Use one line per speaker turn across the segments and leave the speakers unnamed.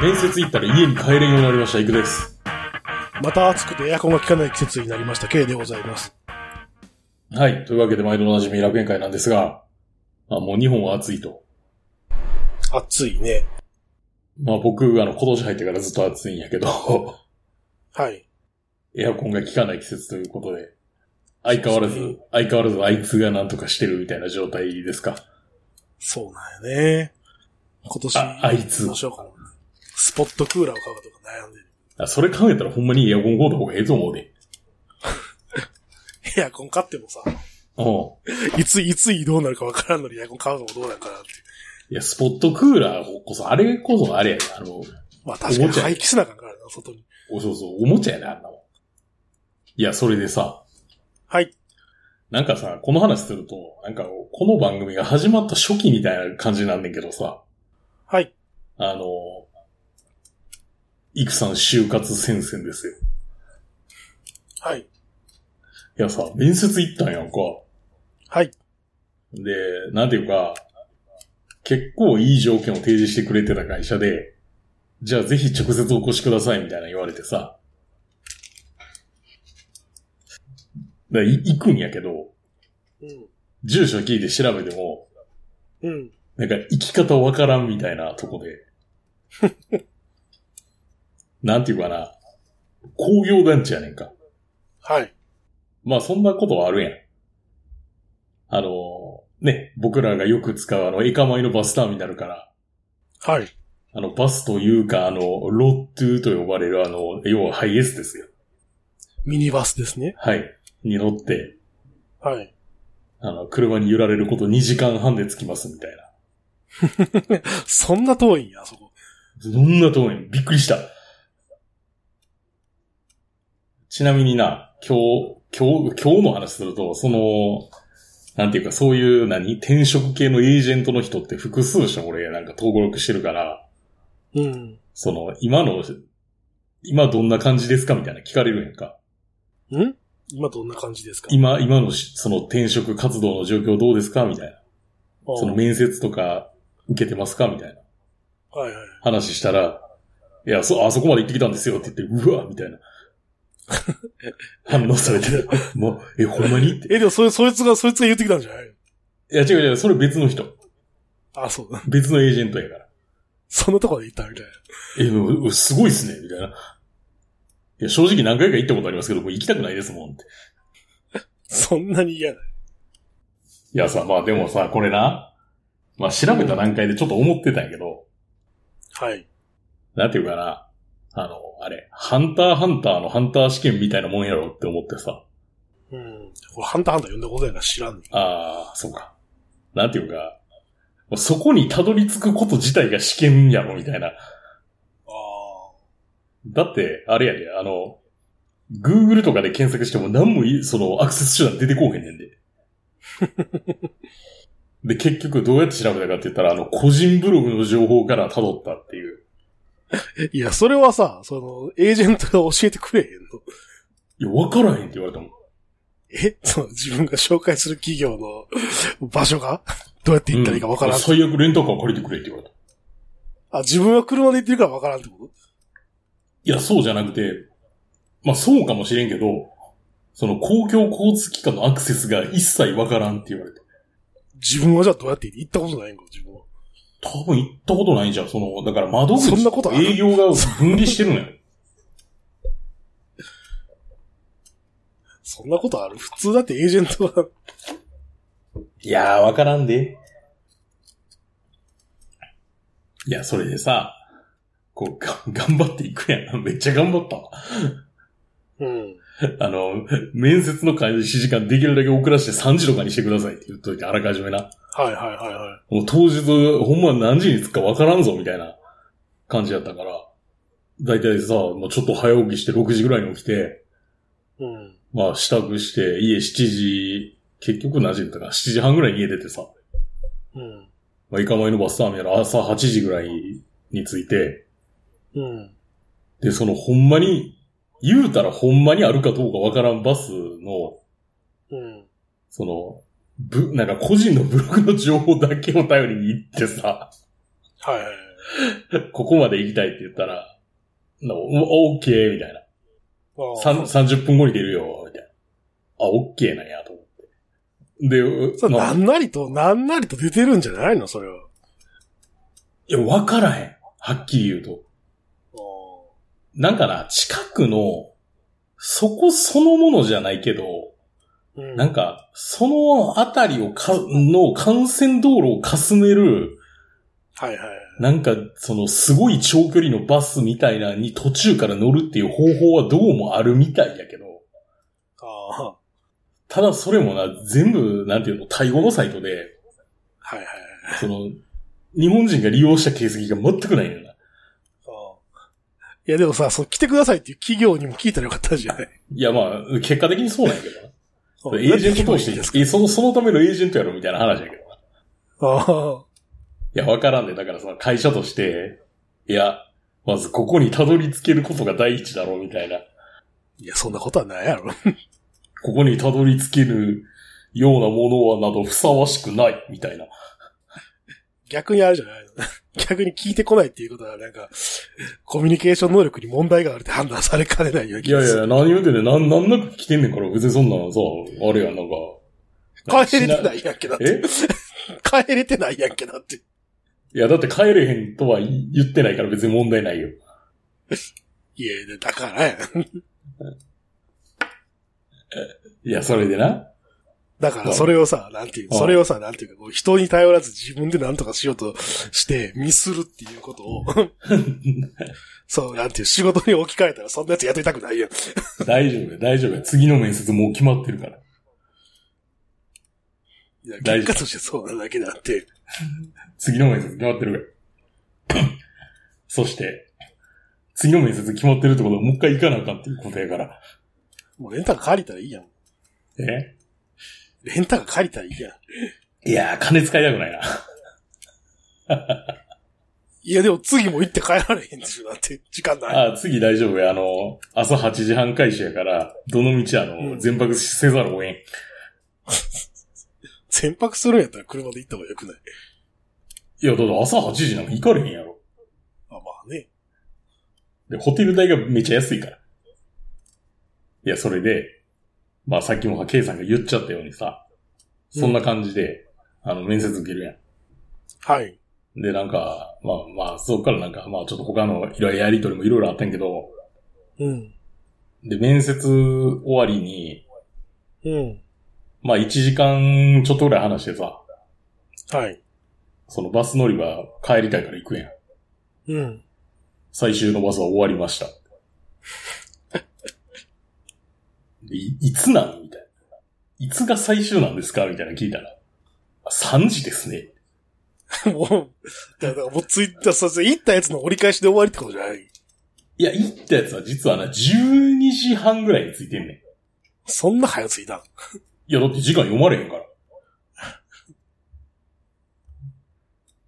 面接行ったら家に帰れんようになりました。行くです。
また暑くてエアコンが効かない季節になりました K でございます。
はい。というわけで、毎度おなじみ楽園会なんですが、まあ、もう日本は暑いと。
暑いね。
まあ僕、あの、今年入ってからずっと暑いんやけど、
はい。
エアコンが効かない季節ということで、相変わら
そうです
ず、相変わらずあいつがなんとかしてるみたいな状態ですか。
そうなんやね。今年、
あ、あいつ
どう。しようかな。スポットクーラーを買うかとか悩んでる。
あそれ考えたらほんまにエアコン買うた方がええと思うで。
エアコン買ってもさ、
う
いつ、いつどうなるかわからんのにエアコン買うのもどうなんかなっていう。
ん。いや、スポットクーラーこそ、あれこそあれやであの、
まあ確か
お
に
もちゃ
廃棄しなあかんからな、外に。
おそうそう、おもちゃやな、あんなもん。いや、それでさ、
はい。
なんかさ、この話すると、なんか、この番組が始まった初期みたいな感じなんだけどさ、
はい。
あの、イクさん就活戦線ですよ。
はい。
いやさ、面接行ったんやんか。
はい。
で、なんていうか、結構いい条件を提示してくれてた会社で、じゃあぜひ直接お越しくださいみたいな言われてさ、でい行くんやけど、
うん。
住所聞いて調べても、
うん。
なんか生き方わからんみたいなとこで。 なんていうかな。工業団地やねんか。
はい。
まあそんなことはあるやん。あのーね、僕らがよく使うあの、エカマイのバスターミナルから、
はい。
あの、バスというか、あの、ロットゥと呼ばれるあの、要はハイエースですよ。
ミニバスですね。
はい。に乗って、
はい。
あの、車に揺られること2時間半で着きますみたいな。
そんな遠いんや、あそこ。
そんなとこにびっくりした。ちなみにな、今日、今日、今日の話すると、その、なんていうかそういう何転職系のエージェントの人って複数社俺なんか登録してるから、
うん。
その、今の、今どんな感じですかみたいな聞かれるやんか。
ん今どんな感じですか
今、今のしその転職活動の状況どうですかみたいな。
ああ
その面接とか受けてますかみたいな。
はいはい。
話したら、いや、そ、あそこまで行ってきたんですよって言って、うわみたいな。反応されて、もう、え、ほんまにって。
え、でもそれ、そいつが、そいつが言ってきたんじゃない
いや、違う違う、それ別の人。
あ、そう だ。
別のエージェントやから。
そんなとこまで行ったみたいな。
え、もううすごいっすね、みたいな。いや、正直何回か行ったことありますけど、もう行きたくないですもんって。
そんなに嫌だ。
いやさ、まあでもさ、これな、まあ調べた段階でちょっと思ってたんやけど、
はい。
なんていうかな、あの、あれ、ハンターハンターのハンター試験みたいなもんやろって思ってさ。
うん。これ、ハンターハンター呼んだことやから知らんね
ああ、そうか。なんていうか、そこにたどり着くこと自体が試験やろ、みたいな。
ああ。
だって、あれやで、あの、Google とかで検索しても何もいい、その、アクセス手段出てこうへんねん で。で、結局どうやって調べたかって言ったら、あの、個人ブログの情報から辿ったっていう。
いや、それはさ、その、エージェントが教えてくれへんの。
いや、わからへんって言われたもん。
えその、自分が紹介する企業の場所がどうやって行ったらいいかわからん,、
う最悪レンタカー借りてくれって言われた。
あ、自分は車で行ってるからわからんってこ
いや、そうじゃなくて、まあそうかもしれんけど、その公共交通機関のアクセスが一切わからんって言われて。
と自分はじゃあどうやって行ったことないんか、自分は。
多分行ったことないんじゃん。その、だから窓口
そんなことある
営業が分離してるの よ。
そんなことある普通だってエージェントが
いやー、わからんで。いや、それでさ、こう、が頑張っていくやん。めっちゃ頑張ったわ。
うん。
あの、面接の開始時間できるだけ遅らして3時とかにしてくださいって言っといて、あらかじめな。
はいはいはいはい。
もう当日、ほんま何時に着くかわからんぞ、みたいな感じやったから。だいたいさ、もうちょっと早起きして6時ぐらいに起きて、
うん。
まあ支度して、家7時、結局何時だったかな、7時半ぐらいに家出てさ、
うん。
まあ、イカマイのバスターミナル朝8時ぐらいに着いて、
うん。
で、そのほんまに、言うたらほんまにあるかどうかわからんバスの、
うん。
その、ぶ、なんか個人のブログの情報だけを頼りに行ってさ、
はいはいはい。
ここまで行きたいって言ったら、なおオッケーみたいな。さん
ああ
30分後に出るよ、みたいな。あ、オッケーなんや、と思って。で、う
それ
ま
な
あ、
んなりと、なんなりと出てるんじゃないのそれは。
いや、わからへん。はっきり言うと。なんかな、近くの、そこそのものじゃないけど、
うん
なんか、そのあたりをか、の幹線道路をかすめる、
はいはい。
なんか、そのすごい長距離のバスみたいなのに途中から乗るっていう方法はどうもあるみたいやけど、
ああ。
ただそれもな、全部、なんていうの、タイ語のサイトで、
はいはい。
その、日本人が利用した形跡が全くないのよな。
ああいやでもさ、そう、来てくださいっていう企業にも聞いたらよかったじゃない。
いや、まあ、結果的に そうなんやけどな。
そう
エージェントと
なんで聞けばいいんで
し
すか
て、えその、そのためのエージェントやろみたいな話やけどな。い
あ
や、わからんで、だからさ、会社として、いや、まずここにたどり着けることが第一だろうみたいな。
あ いや、そんなことはないやろ。
ここにたどり着けるようなものはなどふさわしくないみたいな。
逆にあれじゃないの 逆に聞いてこないっていうことは、なんか、コミュニケーション能力に問題があるって判断されかねないようない気
や
が
い
する。
や、何言うてんねん、なん、なんなく来てんねんから、別にそんなのさ、あれやん、なんか。
帰れて
しな
ないやんけだって。
え
帰れてないやんけだって。
いや、だって帰れへんとは言ってないから別に問題ないよ。
いや、だからやん。
いや、それでな。
だから、それをさ、なんていう、
うん
それをさ、なんていうか、こう人に頼らず自分で何とかしようとして、ミスるっていうことを、そう、なんていう、仕事に置き換えたら、そんなやつ雇いたくないやん。
大丈夫だよ大丈夫だよ次の面接もう決まってるから。
いや
大丈夫
結果としてそうなだけだって。
次の面接決まってるから。 そして、次の面接決まってるってことはもう一回行かなあかんっていうことやから。
もうレンタカー借りたらいいやん。
え
レンタカー借りたらいいやん。
いやー、金使いたくないな。
いや、でも次も行って帰られへんでしょ、だって。時間ない。
あ、次大丈夫や。あの、朝8時半開始やから、どの道あ
う
の、
ん
全泊せざるを得ん。
船舶するんやったら車で行った方がよくない。
いや、だって朝8時なんか行かれへんやろ。
あまあね。
で、ホテル代がめっちゃ安いから。いや、それで、まあさっきもケイさんが言っちゃったようにさ、そんな感じで、あの、面接受けるや
はい。
ん。で、なんか、まあまあ、そこからなんか、まあちょっと他のいろいろやりとりもいろいろあったんやけど、
うん。
で、面接終わりに、
うん。
まあ1時間ちょっとぐらい話してさ、
はい。
そのバス乗り場帰りたいから行くやん。
うん。
最終のバスは終わりました。でいいつなんみたいな。いつが最終なんですかみたいなの聞いたら。あ3時ですね。
もう、だからもうツイッター、そうそう、行ったやつの折り返しで終わりってことじゃない。
いや、行ったやつは実はな、12時半ぐらいについてんね
そんな早ついたん
ん。いや、だって時間読まれへんから。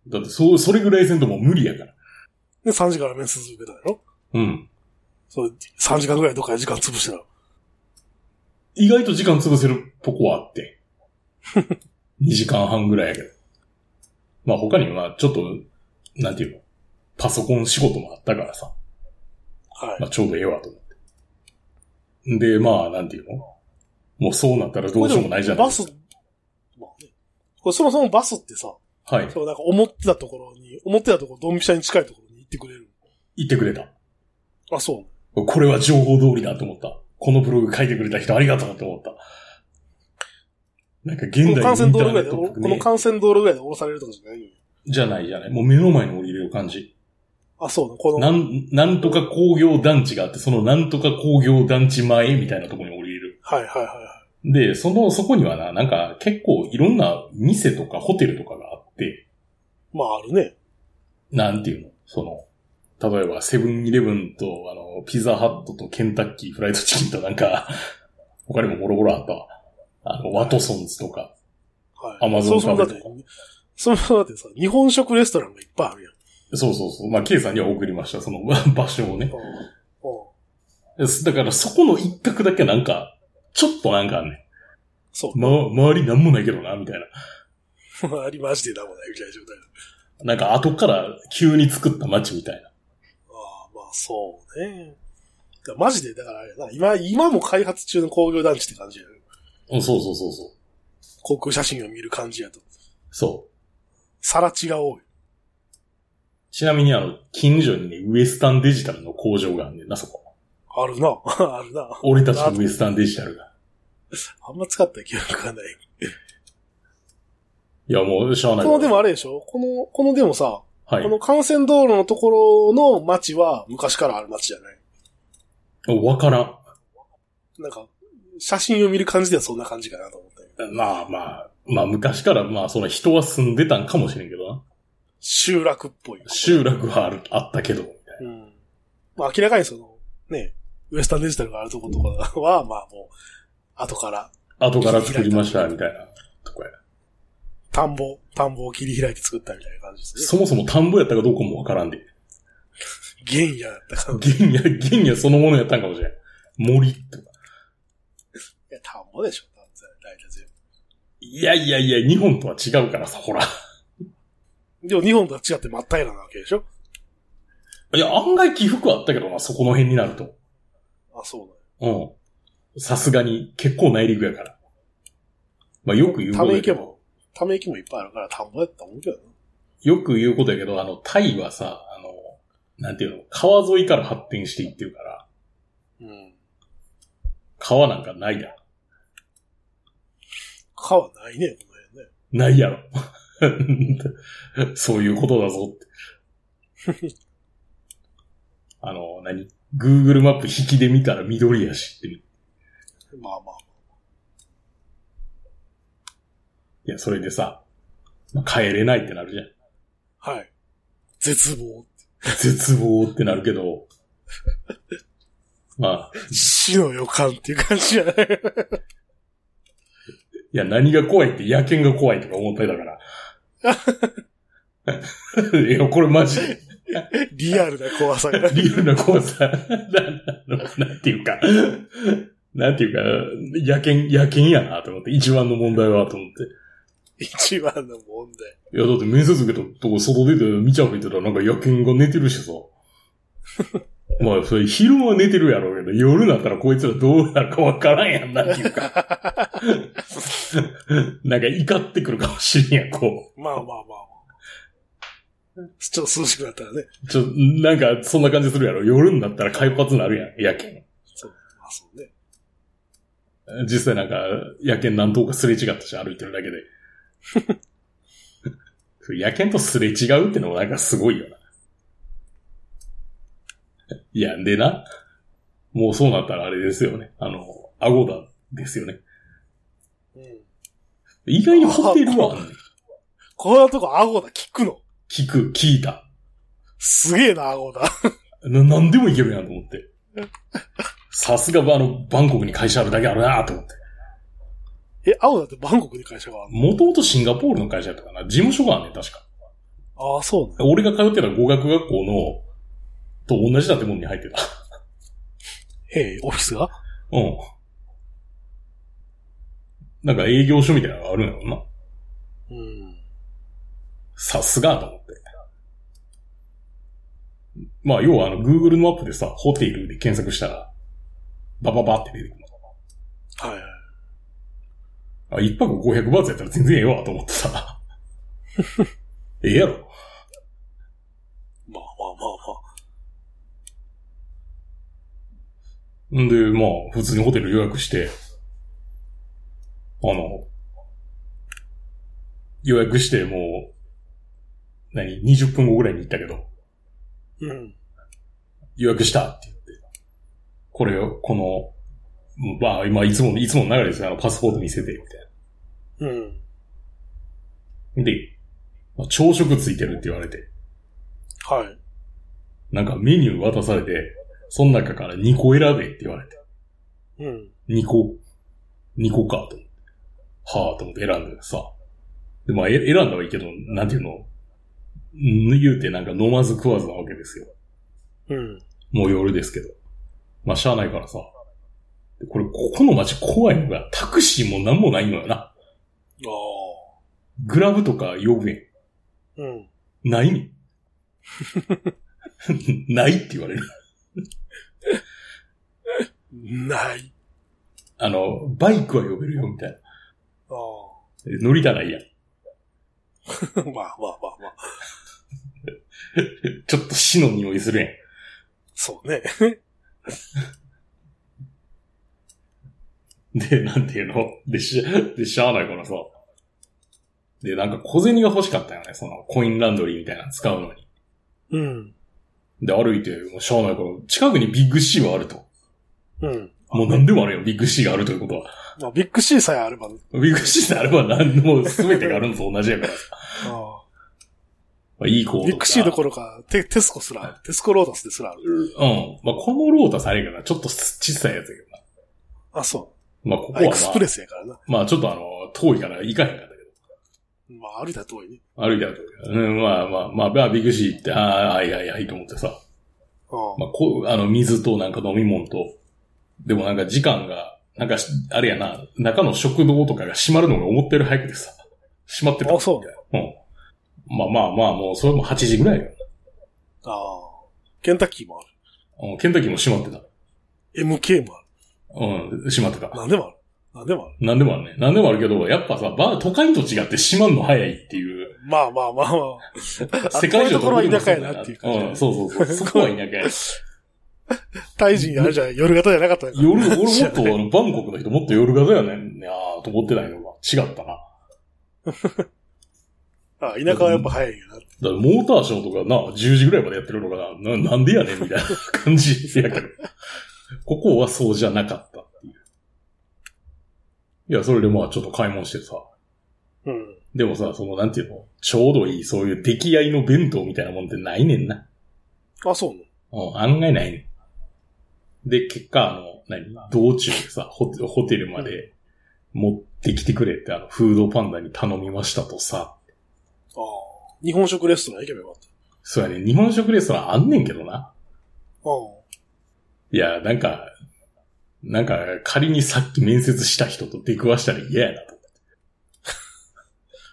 だって、そう、それぐらいせんともう無理やから。
で、3時から面接受けたやろ
うん。
そう、3時間ぐらいどっかで時間潰してたの
意外と時間潰せるとこはあ って。2時間半ぐらいやけど。まあ他にもまあちょっと、なんていうの、パソコン仕事もあったからさ、
はい。
まあちょうどええわと思って。で、まあなんていうのもうそうなったらどうしようもないじゃない
バス、まあね。これそもそもバスってさ、
はい。
そう、なんか思ってたところに、思ってたところ、ドンピシャに近いところに行ってくれる。
言ってくれた。
あ、そう。
これは情報通りだと思った。このブログ書いてくれた人ありがとうって思った。なんか現代
この
のインタ
幹線道路
ー
ぐ
ネ
らい
ッ
で、
トっ
こ
ぽく
の
ね。
幹線道路ぐらいで降ろされるとかじゃないよ。
じゃないじゃない。もう目の前に降りれる感じ。
あ、そうだ、この、
なん、なんとか工業団地があって、そのなんとか工業団地前みたいなところに降りる。
はいはいはいは
で、その、そこにはな、なんか結構いろんな店とかホテルとかがあって、
い。まあ、あるね。
なんていうのその、例えばセブンイレブンと、あの、ピザハットとケンタッキーフライドチキンとなんか、他にもボロボロあったわ。あの、ワトソンズとか。
はい。
Amazon
そうそうだっ
カ
て
フェと、
そもそもだってさ、日本食レストランがいっぱいあるやん。
そうそうそう。まあ、ケイさんには送りました、その 場所をね。
うん。うん。
だからそこの一角だけなんか、ちょっとなんかあんね
そ
ん。ま、周りなんもないけどな、みたいな。
う。ありましてだもんね、みたいな状態。
なんか後から急に作った街みたいな。
ああ、まあそうね。だからマジで、だからあれやな、今、今も開発中の工業団地って感じやね
うん、そうそうそうそう。
航空写真を見る感じやと。
そう。
さら地が多い。
ちなみにあの、近所にね、ウエスタンデジタルの工場があんねんな、そこ。
あるな、 あるな。
俺たちのウエスタンデジタルが。
あんま使った記憶がない。
いや、もう、しゃあ
こ
ない。
のでもあれでしょこの、このでもさ、
はい
こ。の幹線道路のところの街は昔からある街じゃない
わからん。
なんか、写真を見る感じではそんな感じかなと思ったよ
まあまあ、まあ昔から、まあその人は住んでたんかもしれんけどな。
集落っぽい。
集落はある、あったけど、みたい
うん。まあ明らかにその、ね、ウエスタンデジタルがあるところとかは、まあもう、後から、
な。後から作りました、みたいなとこや。
田んぼ、田んぼを切り開いて作ったみたいな感じです
そもそも田んぼやったかどうかもわからんで。
ね。原野だったから。い
原野、原野そのものやったんかもしれん。森とか。
や、田んぼでしょ、田んぼ大体全
いやいやいや、日本とは違うからさ、ほら。
部。でも日本とは違って真っ平らなわけでしょ
いや、案外起伏あったけどな、そこの辺になると。
あ、そうなの。
うん。さすがに、結構内陸やから。まあよく言う
た
こと
め
やけ
池
ど。
も、ため池もいっぱいあるから田んぼやったもんけどな。
よく言うことやけど、あの、タイはさ、あの、なんていうの、川沿いから発展していってるから、
うん。
川なんかないだろ。
川ないね、この辺ね。
ないやろ。 そういうことだぞって。 あの、何 ?Google マップ引きで見たら緑やしって。い
まあまあ。
や、それでさ、まあ帰れないってなるじゃん。
はい。絶望。
絶望ってなるけど、 まあ、
死の予感っていう感じじ ゃない
いや、何が怖いって野犬が怖いとか思ったりだから。 いや、これマジで。
リアルな怖さが。
リアルな怖さ、な、ななんていうか、なんていうか、野犬、野犬やなと思って、一番の問題はと思って。
一番の問題。
いや、だって面接受けたとこ外出て道歩いてたらなんか野犬が寝てるしさ。まあ、それ昼は寝てるやろうけど、夜になったらこいつらどうなるかわからんやんなっていうか。なんか怒ってくるかもしれんやん、こ
まあまあまあまあ。ちょっと涼しくなったらね。
う。ちょ、なんかそんな感じするやろ。夜になったら開発になるやん、野犬。
まあそうね。
実際なんか、野犬何頭かすれ違ったし、歩いてるだけで。 野犬とすれ違うってのもなんかすごいよな。いや、でな、もうそうなったらあれですよね。あの、顎だですよね。
うん。
意外にホテルは
こんなとこ顎だ、聞くの。
聞く、聞いた。
すげえな、顎だ。
な、なんでもいけるやんと思って。さすが、あの、バンコクに会社あるだけあるなと思って。
え、顎だってバンコクに会社があるの
もともとシンガポールの会社やったかな。事務所があんねん、確か。
ああ、そうなの。
俺が通ってた語学学校の、と同じ建物に入ってた。
ええ、オフィスが
うん。なんか営業所みたいなのがあるんやろな。
うん。
さすがと思って。まあ、要はあの、Google マップでさ、ホテルで検索したら、バババって出てくる。
はいはい。
あ、一泊500バーツやったら全然ええわと思ってさ。 ええやろ。
まあまあまあまあ。
んで、まあ、普通にホテル予約して、あの、予約して、もう、何 ?20 分後ぐらいに行ったけど、
うん。
予約したって言って、これを、この、まあ、今、いつもの、いつもの流れですよ。あの、パスポート見せて、みたい
うん。
な。で、まあ朝食ついてるって言われて、
はい。
なんかメニュー渡されて、その中から2個選べって言われて、
うん。
2個、2個か、と思って。はぁ、と思って選んでさ。で、まあ、え選んだはいいけど、なんていうの、ん言うてなんか飲まず食わずなわけですよ。
うん。
もう夜ですけど。まあ、しゃあないからさ。でこれ、ここの街怖いのが、タクシーもなんもないのよな。
ああ。
グラブとか呼ぶやん。
うん。
ないねん。 ないって言われる。
ない。
あの、バイクは呼べるよ、みたいな。
あ
乗りたらいいやん。
あ。 まあまあまあまあ。
ちょっと死の匂いするやん。
そうね。
で、なんていうので、し、で、しゃあないからさ。で、なんか小銭が欲しかったよね。その、コインランドリーみたいなの使うのに。
うん。
で、歩いて、もうしゃあないから、近くにビッグ C はあると。
うん。
もう何でもあるよ、ビッグ C があるということは。
まあ、ビッグ C さえあれば、ね、
ビッグ C であれば何でも全てがあるのと同じやからさ。
あ
まあ、いい子
あビッグ C どころか、テテスコすらある、テスコロータスですらある。
うん。まあ、このロータスあれやけどな、ちょっと小さいやつやけどな。
あ、そ
まあ、ここ
う。
は、
あエクスプ
ま
レスやからな。
あ、まあ、ちょっとあの、遠いから行かへんかったけど。
まあ、歩いたら遠いね。
歩いてあると。うん、まあまあ、まあ、まあ、ビッグ C 行って、ああ、はいはいはいと思ってさ。
あ
まあ、こう、あの、水となんか飲み物と、でもなんか時間が、なんかし、あれやな、中の食堂とかが閉まるのが思ったより早くてさ、閉まってた。
あ。あ、そう。
うん。まあまあまあ、もうそれも8時ぐらいよ。
ああ。ケンタッキーもあ
うんケンタッキーも閉まってた。
る。MK もある。
うん、閉まってた。
何でもある。何でもある。
なんでもあるね。なんでもあるけど、やっぱさ、ば、都会と違って閉まるの早いっていう。
まあまあまあまあ。あ
世界中
こういうところは田舎
どこでもそうだ
やなっていう感じ
うん、そうそうそう。そこは田舎や。
タイ人あるじゃん。夜型じゃなかったのか
夜、俺もっとあの、バンコクの人もっと夜型やねんなあと思ってないのが。違ったな。
ああ田舎はやっぱ早いよな。
だからモーターショーとかな、10時ぐらいまでやってるのかな、ななんでやねんみたいな感じやけど。ここはそうじゃなかったっていう。いや、それでまあちょっと買い物してさ。
うん。
でもさ、そのなんていうの、ちょうどいいそういう出来合いの弁当みたいなもんってないねんな。
あ、そうね。
うん、案外ないねん。で、結果、あの、何道中でさホテ、ホテルまで持ってきてくれって、あの、フードパンダに頼みましたとさ。
ああ。日本食レストラン行けばよかった。
そうやね、日本食レストランあんねんけどな。
あ
いや、なんか、なんか、仮にさっき面接した人と出くわしたら嫌やなと。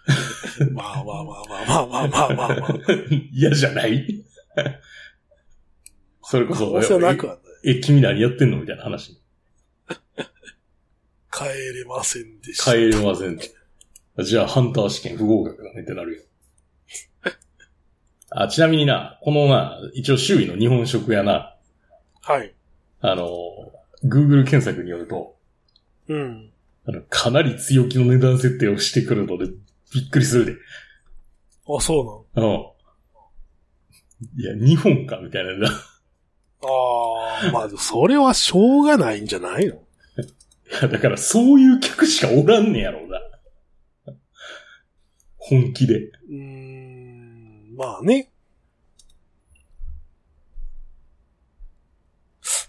あ。 まあまあまあまあまあまあまあまあまあ。
嫌じゃない それこ
可
そ、
能性はなくはない。
え、君何やってんのみたいな話。
帰れませんでした。
帰れません。じゃあ、ハンター試験不合格だねってなるよ。あ、ちなみにな、このな、一応周囲の日本食やな、
はい。
あの、Google 検索によると、
うん。
あの、かなり強気の値段設定をしてくるので、びっくりするで。
あ、そうなの
うん。いや、日本か、みたいな。 い
ああ、まあ、それはしょうがないんじゃないの
や、だからそういう客しかおらんねやろうな。本気で。
うーん、まあね。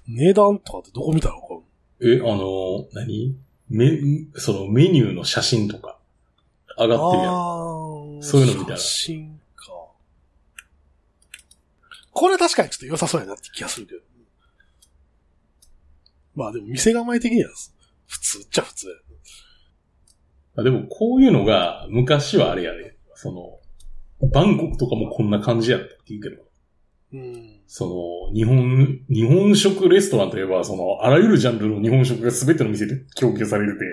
値段とかってどこ見たらわかる
え、あの、何メ、そのメニューの写真とか、上がってるやん。
ああ、
そういうの見たら
写真か。これ確かにちょっと良さそうやなって気がするけど。まあでも店構え的には普通っちゃ普通。
あでも、こういうのが、昔はあれやね。その、バンコクとかもこんな感じやったって言うけど、
うん。
その、日本、日本食レストランといえば、その、あらゆるジャンルの日本食が全ての店で供給されてて、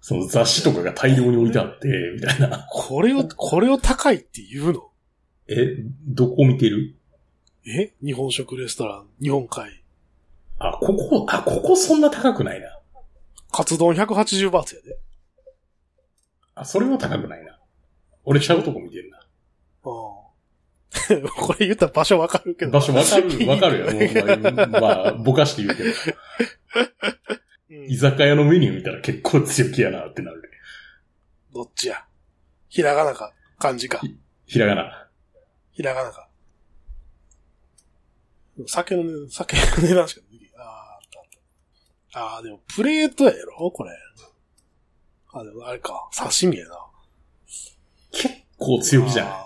その雑誌とかが大量に置いてあって、みたいな。
これを、これを高いって言うの
え、どこ見てる
え日本食レストラン、日本海。
あ、ここ、あ、ここそんな高くないな。
カツ丼180バーツやで。
あ、それは高くないな。俺ちゃうとこ見てるな。
ああ。 これ言ったら場所わかるけど。
場所わかる、わかる
いいけどね
よ。 もうまあ、まあ、ぼかして言うけど。
うん
居酒屋のメニュー見たら結構強気やなってなるね。
どっちやひらがなか、漢字か。
ひらがな。
ひらがなか。酒のね、酒の値段しか出てきない。ああ、あったあった。ああ、でもプレートやろこれ。あ、でもあれか。刺身やな。
結構強気じゃない
あ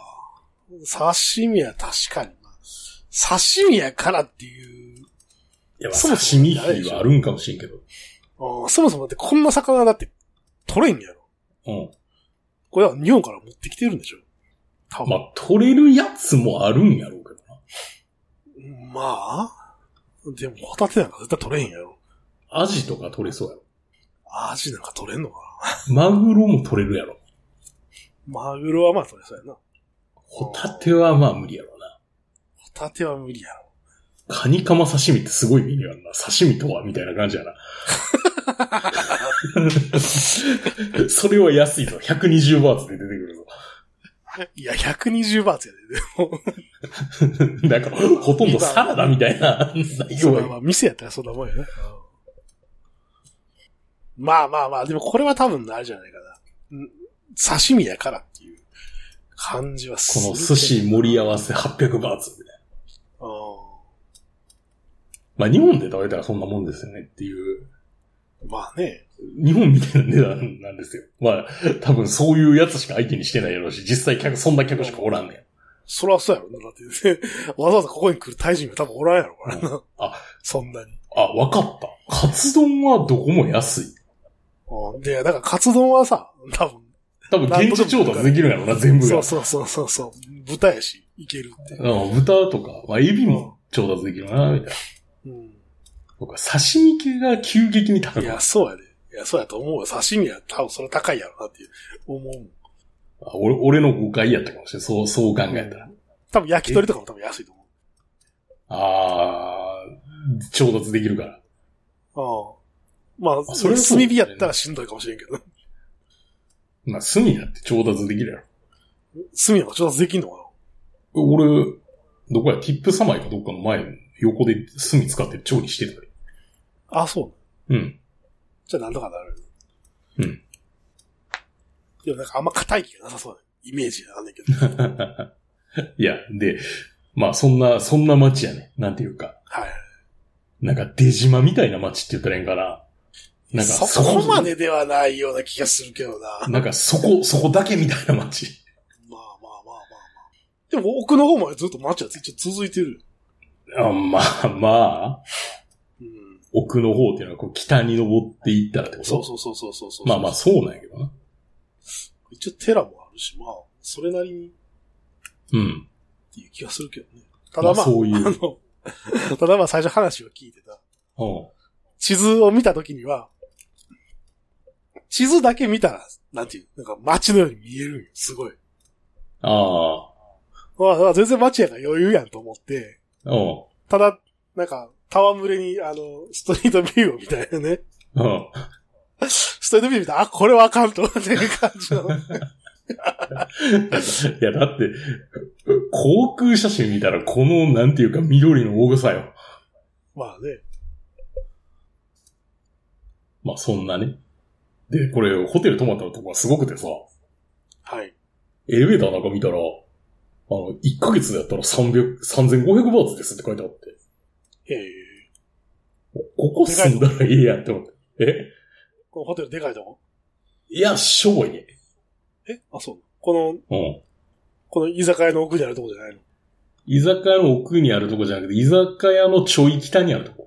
ー刺身や、確かにな。刺身やからってい
い
う。
や、まあ
そもそ
刺
も
身費はあるんかもしれんけど。
あーそもそもだってこんな魚だって取れんやろ。
うん。
これは日本から持ってきてるんでしょ多
まあ、取れるやつもあるんやろうけどな。
分。まあ、でもホタテなんか絶対取れへんやろ。
アジとか取れそうやろ。
アジなんか取れんのかな。
マグロも取れるやろ。
マグロはまあ取れそうやな。
ホタテはまあ無理やろな。
ホタテは無理やろ。
カニカマ刺身ってすごいメニューあるな。刺身とはみたいな感じや な。それは安いぞ。120バーツで出てくるぞ。
いや、120バーツやで。
なんか、ほとんどサラダみたいな内
そ
容
うだ
や
まあ、店やったらそんなもんやな。まあまあまあ、でもこれは多分あれじゃないかな。ん刺身やからっていう感じはす
こ
るけど
の寿司盛り合わせ800バーツみたいな。
あ
まあ日本で食べたらそんなもんですよねっていう。
ーまあね。
日本みたいな値段なんですよ。まあ、多分そういうやつしか相手にしてないやろうし、実際客、そんな客しかおらんねん。
そらそうやろな。だって、ね、 わざわざここに来るタイ人は多分おらんやろからな。
あ、
そんなに。
あ、わかった。カツ丼はどこも安い。
うんで、なんかカツ丼はさ、多分。
多分現地調達できるんやろうな、全部
そ
が
う。そうそうそうそう。豚やし、いけるって。
うん、豚とか、まあ、エビも調達できるな、みたいな。
うん。
僕は刺身系が急激に高
い
くな
や、
る。
そうやで。いや、そうやと思うよ。刺身は多分それ高いやろなっていう思う。
あ俺俺の誤解やったかもしれん。そう、そう考えたら。
多分焼き鳥とかも多分安いと思
あー、調達できるから。
う。ああ。まあ、
あ
そ
それ
れ
はそう
炭火やったらしんどいかもしれんけど。
まあ、炭だって調達できるやろ。
炭は調達できんのか
俺、どこや、ティップサマイかどっかの前、横で炭使って調理してたで
なあ、そう。
うん。
じゃあなんとかなる。
うん。
でもなんかあんま硬い気がなさそうなイメージなんだけど。
いや、で、まあ、そんな、そんな街やね。なんていうか。
はい。
なんか、出島みたいな街って言ったらええんかな。なんか、
そこまでではないような気がするけどな。まあ
なんか、そこ、そこだけみたいな街。
まあまあまあまあ。でも奥の方までずっと街は一応続いてる。
あまあまあ、
うん。
奥の方っていうのはこう北に登っていったらってこと
そうそうそうそうそうそう。
まあまあそうなんやけどな。
一応寺もあるし、まあ、それなりに
うん。
っていう気がするけどね。ただまあ、
まあそういう
あの、 ただまあ最初話を聞いてた。
うん。
地図を見たときには、地図だけ見たら、なんていう、なんか街のように見えるんよ、すごい。
あ
まあ、まあ全然街やから余裕やんと思って、
あ。うん。
ただ、なんか、戯れに、あの、ストリートビューをみたいなね。
うん。
ストリートビュー見たら、あ、これはあかんと、っていう感じの。
いや、だって、航空写真見たらこの、なんていうか緑の大さよ。
まあね。
まあそんなね。で、これ、ホテル泊まったとこがすごくてさ、
はい。
エレベーターなんか見たら、あの、1ヶ月だったら300、3500バーツですって書いてあって、
ええ
ここ住んだらいいやんって思って。え
このホテルでかいとこ
いや、しょぼいね。
えあ、そう。この、
うん。
この居酒屋の奥にあるとこじゃないの
居酒屋の奥にあるとこじゃなくて、居酒屋のちょい北にあるとこ。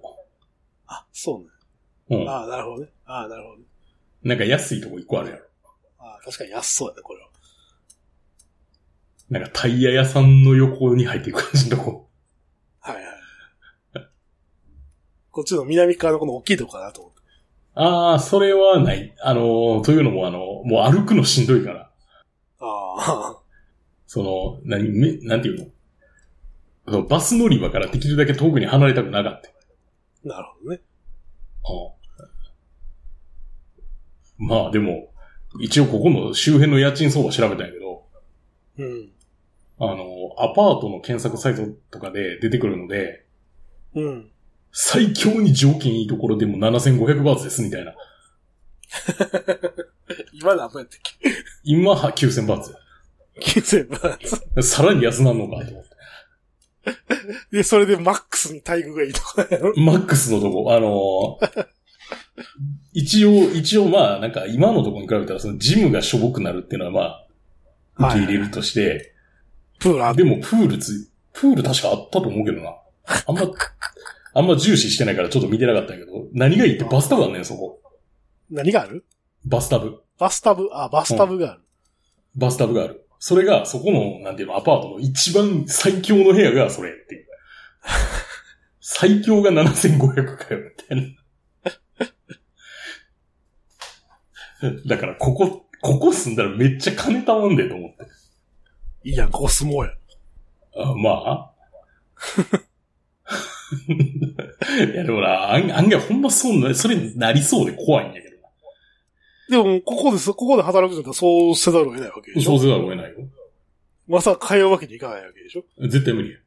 あ、そうね。
うん。
ああ、なるほどね。ああ、なるほどね。
なんか安いとこ一個あるやろ。
ああ、確かに安そうやね、これは。
なんかタイヤ屋さんの横に入っていく感じのとこ。
はい はい。こっちの南側のこの大きいとこかなと思って。
ああ、それはない。あのーというのもあのもう歩くのしんどいから。
あ
その、何、め、なんていうのそのバス乗り場からできるだけ遠くに離れたくなかった。
あ、なるほどね。
うんまあでも、一応ここの周辺の家賃相場調べたんやけど、
うん。
あのーアパートの検索サイトとかで出てくるので、
うん。
最強に条件いいところでも7500バーツですみたいな。
今何分やって
今は9000バーツ。
?9000 万。
さらに安なんのかと思って。
で、それでマックスに待遇がいいとこだよ。
マックスのとこ、あのー一応、一応まあなんか今のとこに比べたらそのジムがしょぼくなるっていうのはまあ受け入れるとして、
プールある
でもプールつ、プール確かあったと思うけどな。あんま、あんま重視してないからちょっと見てなかったんやけど、何がいいってバスタブあんねんそこ。
何がある
バスタブ。
バスタブ、あ、バスタブがある。
バスタブがある。それが、そこの、なんていうの、アパートの一番最強の部屋がそれっていう。最強が7500かよ、みたいな。だから、ここ、ここ住んだらめっちゃ金たまんでと思って。
いいやん、ここ住もうや。
あまあいや、でもな、案案外ほんまそうな、それになりそうで怖いんやけどな。
でも、ここです、ここで働くんだったらそうせざるを得ないわけでし
そ
ょ
う。せざるを得ないよ。
まさか通うわけにいかないわけでしょ。
絶対無理や。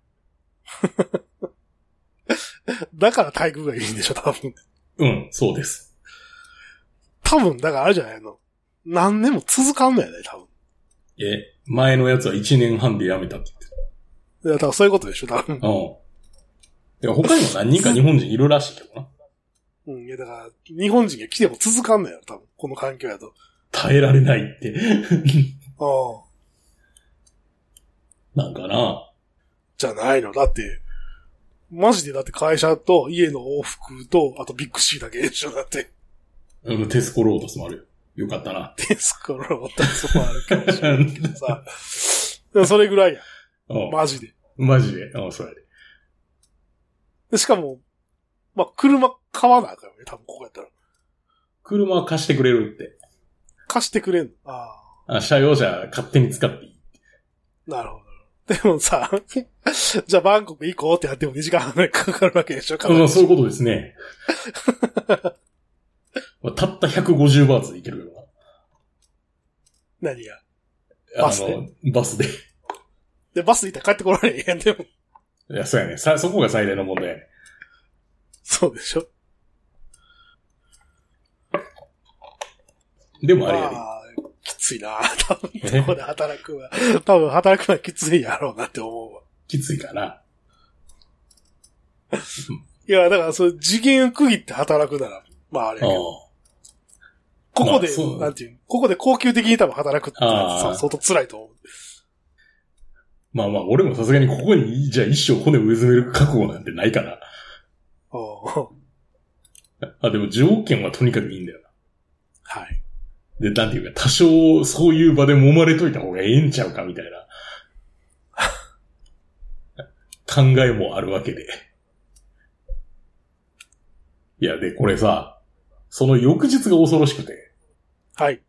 だから体育がいいんでしょ、多分。
うん、そうです。
多分、だからあれじゃないの。何年も続かんのやね、多分。
え、前のやつは1年半で辞めたって
いや、だからそういうことでしょ、多分。
言ってた。うん。いや、他にも何人か日本人いるらしいけどな。
うん、いや、だから、日本人が来ても続かんのやろ、多分。この環境やと。
耐えられないって。
ああ、
なんかな。
じゃないの。だって、マジでだって会社と家の往復と、あとビッグシーだけでしょ、だって。
うんテスコロードスもあるよ。よかったな。
ですから、私もあるかもしれないけどさ。でもそれぐらいや。
うん。
マジで。
マジで。うん、そうやで。
でしかも、まあ、車買わなあかんよね、多分ここやったら。
車は貸してくれるって。
貸してくれんの。ああ。
あ、車用車勝手に使っていい。
なるほど。でもさ、 じゃあバンコク行こうってやっても2時間半ぐらいかかるわけでしょ、か
うん、そういうことですね。 まあたった150バーツでいけるよ
何が。
な。
バスで
あのバスで。
で、バス行ったら帰ってこられへんやん、でも。
いや、そうやね。さ、そこが最大の問題やね。
そうでしょ。
でもあれやで。
ああ、きついな。多分、 ここで働くわ。多分、働くのはきついやろうなって思うわ。
きついかな。
いや、だから、そう、次元を区切って働くなら、まああれや
あ
けど、ここで、
まあそう
なんていうのここで高級的に多分働くってのは
あ
さ
あ
相当辛いと思う。
まあまあ、俺もさすがにここに、じゃあ一生骨を植え詰める覚悟なんてないから。
おう
あ、でも条件はとにかくいいんだよ
はい。
な。で、なんていうか、多少そういう場で揉まれといた方がええんちゃうか、みたいな。考えもあるわけで。いや、で、これさ、その翌日が恐ろしくて。
はい。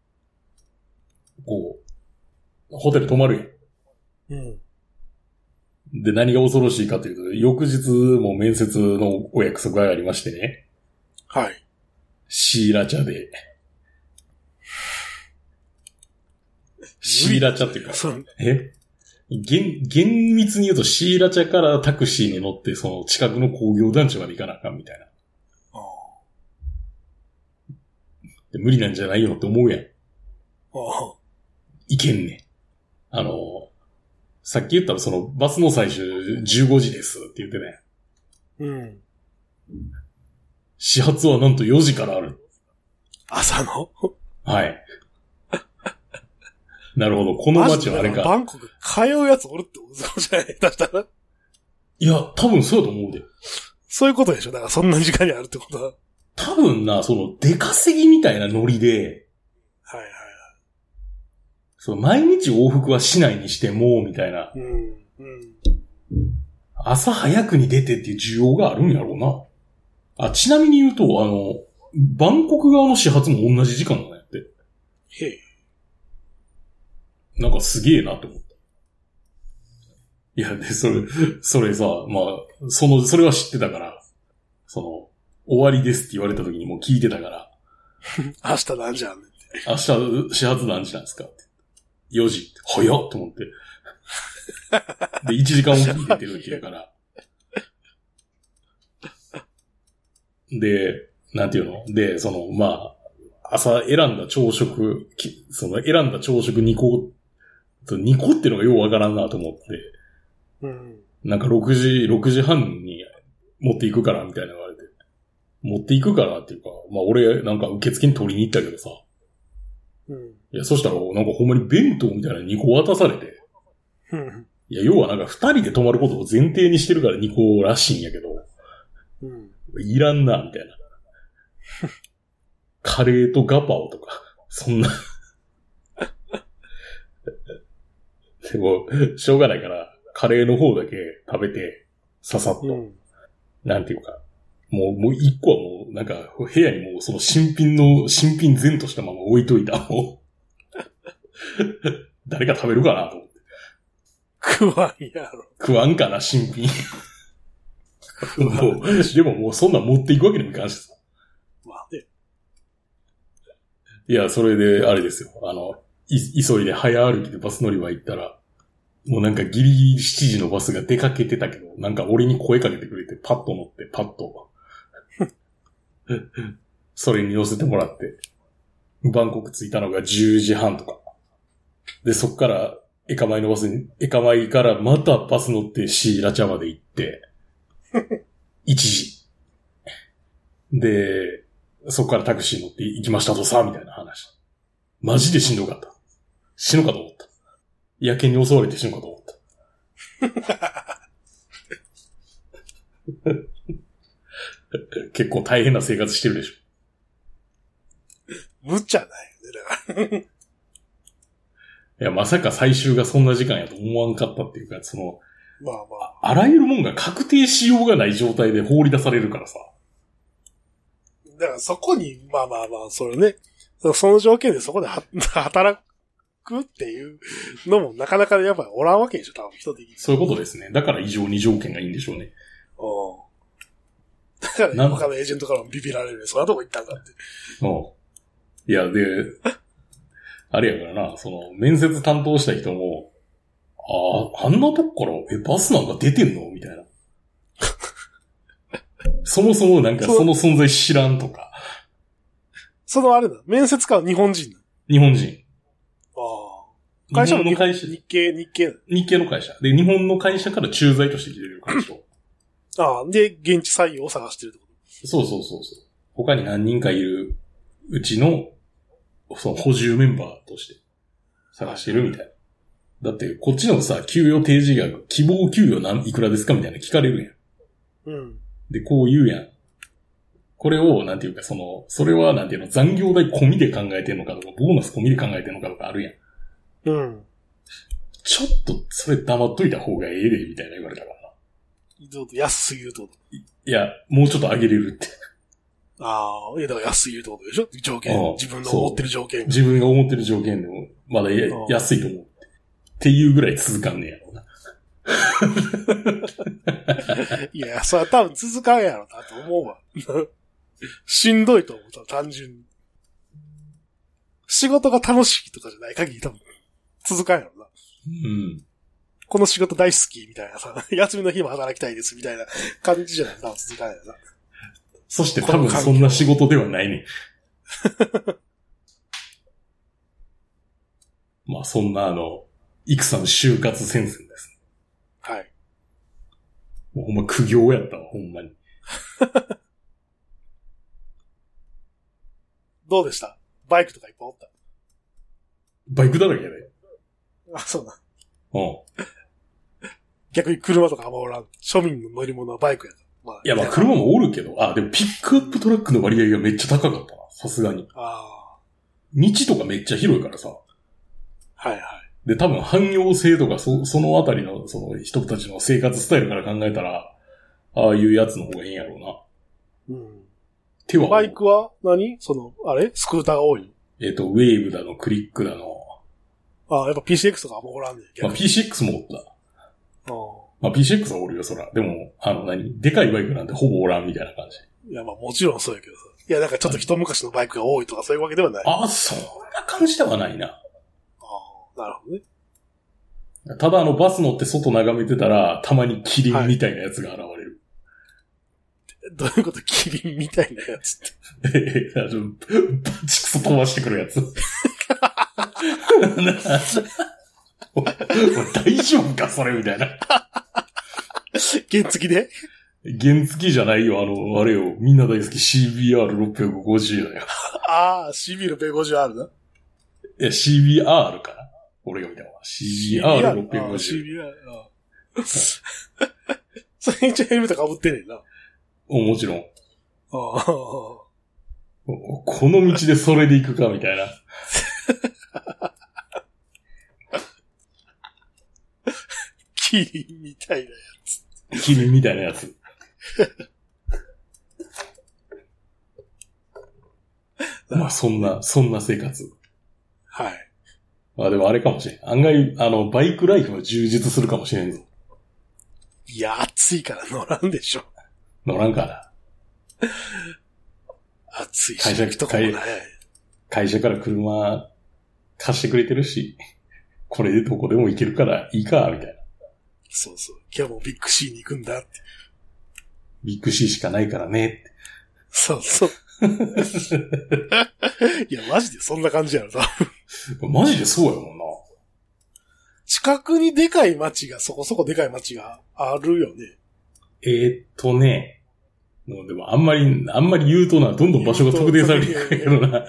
こう、ホテル泊まる
うん。
やん。で、何が恐ろしいかというと、翌日も面接のお約束がありましてね、
はい。
シーラチャで。シーラチャっていうか、
そう
え厳、厳密に言うとシーラチャからタクシーに乗って、その近くの工業団地まで行かなあかんみたいな。
ああ
で無理なんじゃないよって思うやん。
ああ
いけんねん。あの、さっき言ったそのバスの最終15時ですって言ってね。
うん。
始発はなんと4時からある。
朝の
はい。なるほど。この街はあれ
マジでだらバ
か。
ンコク通うやつおるってことじゃないだしたら。
いや、多分そうだと思うで。
そういうことでしょだからそんな時間にあるってことは。はい
多分な、その、出稼ぎみたいなノリで、
はい
その、毎日往復はしないにしても、みたいな。。
うん。うん。
朝早くに出てっていう需要があるんやろうな。あ、ちなみに言うと、あの、バンコク側の始発も同じ時間なんやって。
へえ。
なんかすげえなって思った。いや、で、それ、それさ、まあ、その、それは知ってたから、その、終わりですって言われた時にもう聞いてたから、
明日なんじゃんねん。
明日、始発何時なんですかって。4時。早っと思って。で、1時間おきに出てるっていうから。で、なんていうので、その、まあ、朝選んだ朝食、きその選んだ朝食2個、と2個ってのがようわからんなと思って、
うん。
なんか6時、6時半に持っていくからみたいなの言われて、持っていくからっていうか、まあ俺なんか受付に取りに行ったけどさ、
うん。
いや、そしたら、なんかほんまに弁当みたいなの2個渡されて、
うん。
いや、要はなんか2人で泊まることを前提にしてるから2個らしいんやけど、
うん。
いらんな、みたいな。 カレーとガパオとか、そんな。 でも、しょうがないから、カレーの方だけ食べて、ささっと、
うん。
なんていうか、もう、もう一個はもう、なんか、部屋にもう、その新品の、新品全としたまま置いといた、 もう。誰か食べるかなと思って。
食わんやろ。
食わんかな、新品。
食わん。
もう、でももうそんなん持っていくわけにもいかんしさ。
まあね。
いや、それで、あれですよ。あの、い、急いで早歩きでバス乗り場行ったら、もうなんかギリギリ7時のバスが出かけてたけど、なんか俺に声かけてくれて、パッと乗って、パッと。 それに乗せてもらって、バンコク着いたのが10時半とか。で、そっから、エカマイのバスに、エカマイからまたバス乗ってシーラチャまで行って、1時。で、そこからタクシー乗って行きましたとさ、みたいな話。マジでしんどかった。死ぬかと思った。やけに襲われて死ぬかと思った。 結構大変な生活してるでしょ。
無茶ないよね。だから。
いや、まさか最終がそんな時間やと思わんかったっていうか、その、
まあまあ。
あらゆるもんが確定しようがない状態で放り出されるからさ。
だからそこに、まあまあまあ、それね。その条件でそこでは 働くっていうのもなかなかやっぱりおらんわけでしょ、多分人的に。
そういうことですね。だから異常に条件がいいんでしょうね。
だから、
なん
他のエージェントからもビビられるね。そんなとこ行ったんだって。
うん。いや、で、あれやからな、その、面接担当した人も、ああ、あんなとこから、え、バスなんか出てんのみたいな。 そもそもなんか
そう
その存在知らんとか、
そのあれだ、面接官は日本人だ。
日本人。
ああ。会社も
日
日
本の会社、
日系、日系
日系の会社。で、日本の会社から駐在として来てる会社。
だ。ああ。で、現地採用を探してるってこ
そうそうそうそう。他に何人かいるうちの、その補充メンバーとして探してるみたいな。だって、こっちのさ、給与提示額、希望給与なんいくらですかみたいな聞かれるやん。
と。うん。
で、こう言うやん。これを、なんていうか、その、それは、なんていうの、残業代込みで考えてんのかとか、ボーナス込みで考えてんのかとかあるやん。
うん。
ちょっと、それ黙っといた方がええで、みたいな言われたからな。
どうぞ安すぎるってこ
いや、もうちょっと上げれるって。
と。ああ。いや、だから安すぎるってことでしょ条件
ああ。
自分の思ってる条件が。
自分が思ってる条件でも、まだや
うん
安いと思うって。っていうぐらい続かんねやろうな。
いや、それは多分続かんやろなと思うわ。しんどいと思う、単純に。仕事が楽しいとかじゃない限り多分続かんやろな。
うん。
この仕事大好きみたいなさ、休みの日も働きたいですみたいな感じじゃない多分続かんやろな。
そして多分そんな仕事ではない ね。まあそんなあの、イクさん就活戦線です。
はい。
もうほんま苦行やったわ、ほんまに。
どうでしたバイクとかいっぱいおった。
バイクだらけやで。
あ、そうな。
うん。
逆に車とかあんまおらん。庶民の乗り物はバイクやから。まあ
いやまあ車もおるけど、あ、でもピックアップトラックの割合がめっちゃ高かったな。さすがに。
あ
道とかめっちゃ広いからさ。
あ。はいはい。
で、多分汎用性とか、そそのあたりの、その人たちの生活スタイルから考えたら、ああいうやつの方がいいんやろうな。
うん。
手は、
バイクは何その、あれスクーターが多いの
えっ、と、ウェーブだの、クリックだの。
ああ、やっぱ PCX とかあんまおらんねん。
まあ、
逆に
PCX もおった。
うん
まあ、PCX はおるよ、そら。でも、あの何、でかいバイクなんてほぼおらんみたいな感じ。
いや、まあもちろんそうやけどさ。いや、なんかちょっと一昔のバイクが多いとかそういうわけではない。あ
ああ、そんな感じではないな。
あ、なるほどね。
ただ、あの、バス乗って外眺めてたら、たまにキリンみたいなやつが現れる。
どういうことキリンみたいなやつって。
あの、バチクソ飛ばしてくるやつ。 お前大丈夫かそれみたいな。
原付きで
原付きじゃないよ、あの、あれよ。みんな大好き CBR650 だよ。
ああ、CB の 150R な。
いや、CBR かな俺が見たのは。
ああ
CBR650。
CBR。ああ それ一応ヘルメット被ってんねんな。あ
おもちろん。
あああああ。
おこの道でそれで行くか、みたいな。
キリンみたいなやつ。
キリンみたいなやつ。まあ、そんな、そんな生活。
はい。
まあでもあれかもしれん。案外、あの、バイクライフは充実するかもしれんぞ。
いや、暑いから乗らんでしょ。
乗らんかな。
暑いし、
会社
行くとこもない。
会社から車貸してくれてるし、これでどこでも行けるからいいか、みたいな。
そうそう。今日もビッグシーに行くんだって。
ビッグ C しかないからね って。
そうそう。いや、マジでそんな感じやろな。
マジでそうやもんな。
近くにでかい街が、そこそこでかい街があるよね。
えー、っとね。もうでもあんまり、あんまり言うとな、どんどん場所が特定されていくけどな。
い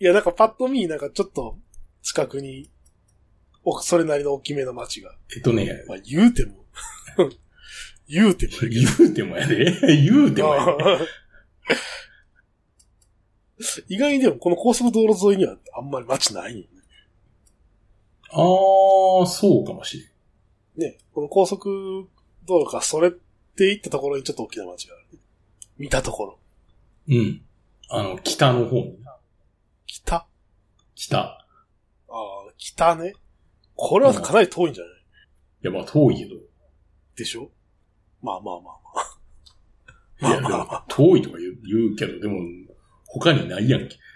や、なんかパッと見、なんかちょっと近くに、おそれなりの大きめの街が。
えっとね、
まあ、言うても、 言うてもやけど
言うてもやで。 言うてもやで。
意外にでもこの高速道路沿いにはあんまり街ないよ
あー、そうかもしれん。
ね。ね。この高速道路からそれって行ったところにちょっと大きな街がある、見たところ。
うん。あの、北の方に。
北あ
北。
あ、北ね。これはかなり遠いんじゃない
いや、まあ遠いけど。
でしょまあまあまあ
いや、
まあ。ま
で
あまあ
も
まあ。、
遠いとか言う言うけど、でも、他にないやんけ。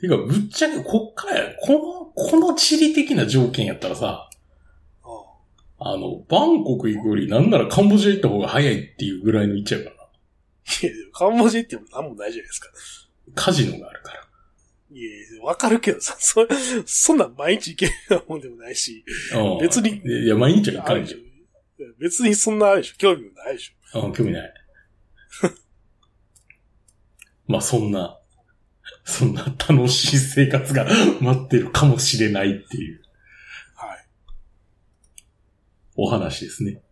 てか、ぶっちゃけ、こっからや、この、この地理的な条件やったらさ、あの、バンコク行くより、なんならカンボジア行った方が早いっていうぐらいの行っちゃうからな。
いや、でもカンボジア行っても何もないじゃないですか。
カジノがあるから。
いや、わかるけどさ、そ、そんなん毎日行けるようなもんでもないし。
うん
別に。
いや、毎日は行かないけ
別にそんなあれでしょ興味もないでしょ
ど。うん、興味ない。 まあ、そんな、そんな楽しい生活が待ってるかもしれないっていう
はい。
お話ですね。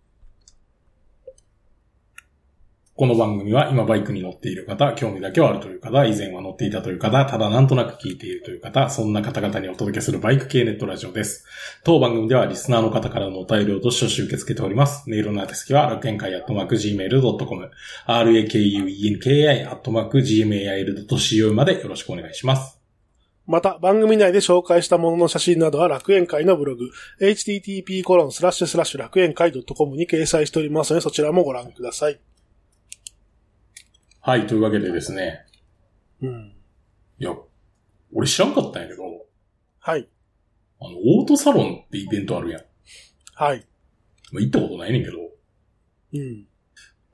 この番組は今バイクに乗っている方、興味だけはあるという方、以前は乗っていたという方、ただなんとなく聞いているという方、そんな方々にお届けするバイク系ネットラジオです。当番組ではリスナーの方からのお便りをどしどし受け付けております。メールの宛先は楽園会アットマーク Gmail.com、rakuenki アットマーク Gmail.co までよろしくお願いします。
また、番組内で紹介したものの写真などは楽園会のブログ、http コロンスラッシュスラッシュ楽園会 .com に掲載しておりますので、そちらもご覧ください。
はい、というわけでですね。
うん。
いや、俺知らんかったんやけど、
はい。
あの、オートサロンってイベントあるやん。
はい。
まあ、行ったことないねんけど、
うん。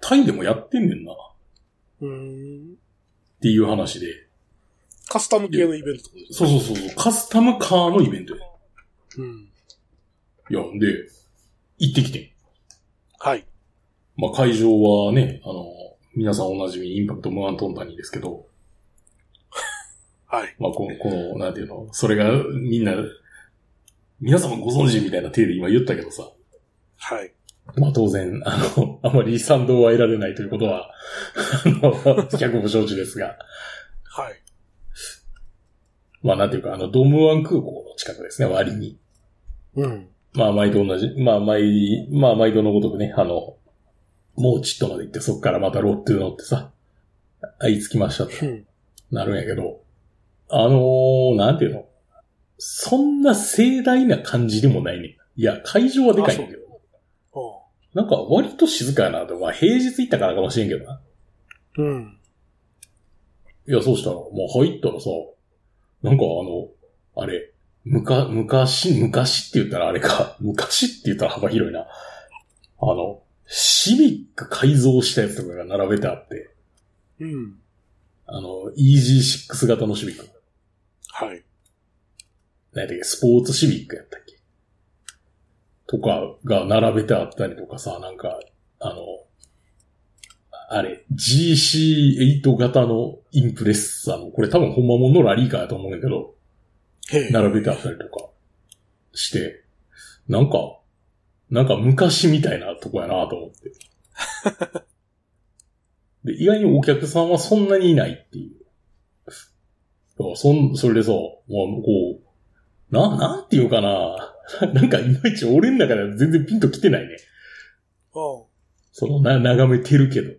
タイでもやってんねんな、っ
うーん。
ていう話で。
カスタム系のイベントってことです
そうそうそうそう、カスタムカーのイベントや。
うん。
いや、んで、行ってきてん。
はい。
まあ、会場はね、あの、皆さんおなじみ、インパクトムアントンタニーですけど、
はい。
まあ、この、この、なんていうの、それがみんな、皆様ご存知みたいな体で今言ったけどさ、
はい。
まあ当然、あの、あまり賛同は得られないということは、 あの、客も承知ですが、
はい。
まあなんていうか、あの、ドムワン空港の近くですね、割に。
うん。
まあ、毎度同じ。まあ、毎、まあ、毎度のごとくね、あの、もうちっとまで行って、そっからまたロットゥ乗ってさ、あいつきましたと
うん。
なるんやけど、あのー、なんていうのそんな盛大な感じでもないねん。いや、会場はでかいんだけど、
お
なんか割と静かやなと、まあ、平日行ったからかもしれんけどな。
ううん。
いや、そうしたら、もう入ったらさ、なんかあの、あれ、むか、昔、昔って言ったらあれか、 昔って言ったら幅広いな。あの、シビック改造したやつとかが並べてあって、
うん。
あの、EG6 型のシビック。
はい。
何やったっけ、スポーツシビックやったっけとかが並べてあったりとかさ、なんか、あの、あれ、GC8 型のインプレッサーの、これ多分ほんまもんのラリーカーやと思うんだけど、
へえ。
並べてあったりとかして、なんか、なんか昔みたいなとこやなと思って。で、意外にお客さんはそんなにいないっていう。だからそん、それでさ、まあ、こう、な、なんていうかな。 なんかいまいち俺の中では全然ピンと来てないね。
う
その、な、眺めてるけど。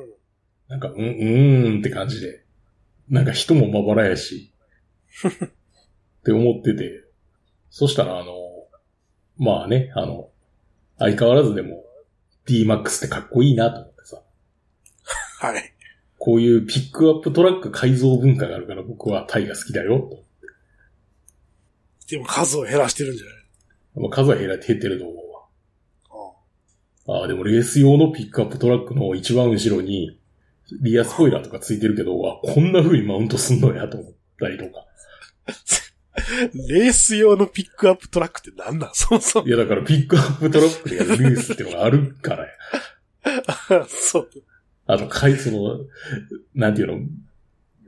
ん。うん。
なんか、うん、うーんって感じで。なんか人もまばらや し。って思ってて。そしたら、あの、まあね、あの、相変わらずでも、D-MAX ってかっこいいなと思ってさ。
はい。
こういうピックアップトラック改造文化があるから僕はタイが好きだよ。と
でも数を減らしてるんじゃない
まあ、数は減ら減ってると思うわ。
うん。
ああ、でもレース用のピックアップトラックの一番後ろに、リアスポイラーとかついてるけど、あ、こんな風にマウントすんのやと思ったりとか。
レース用のピックアップトラックって何なん そもそも。
いや、だからピックアップトラックでやるレースっていうのがあるからや。
そう。
あと、かい、その、なんていうの、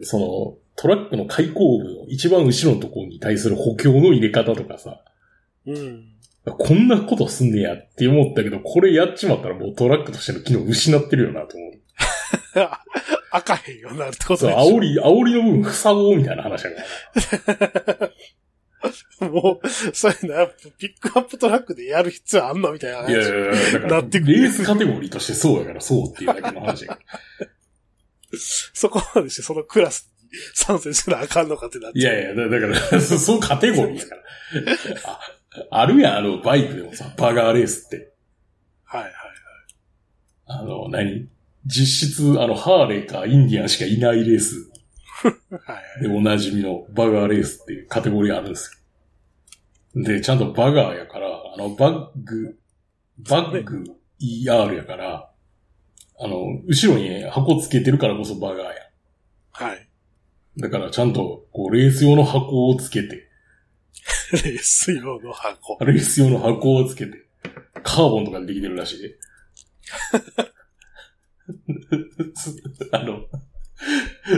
その、トラックの開口部の一番後ろのところに対する補強の入れ方とかさ、
うん。
こんなことすんねやって思ったけど、これやっちまったらもうトラックとしての機能失ってるよなと思う。
開かへんようになるってこと
そう、
でし
煽り、煽りの部分塞ごうみたいな話だから。
ょ。もう、そういうのやっぱピックアップトラックでやる必要あんのみたいない
やい
話。
やいや、だから、
なってくる
レースカテゴリーとしてそうやからそうっていうだけの話やから。
そこまでしてそのクラスに参戦しなあかんのかってなっ
い
ちゃう。
やいや、だだから、 そそうカテゴリーやから。ああるやん、あの、バイクでもさ、バーガーレースって。
はいはい。
あの、何実質、あの、ハーレーかインディアンしかいないレース
はいはい。
でおなじみのバーガーレースっていうカテゴリーあるんですよ。で、ちゃんとバガーやから、あの、バッグ、バッグ ER やから、あの、後ろに箱つけてるからこそバガーやん。
はい。
だからちゃんと、こう、レース用の箱をつけて、
レース用の箱。
レース用の箱をつけて、カーボンとかでできてるらしいで。あの、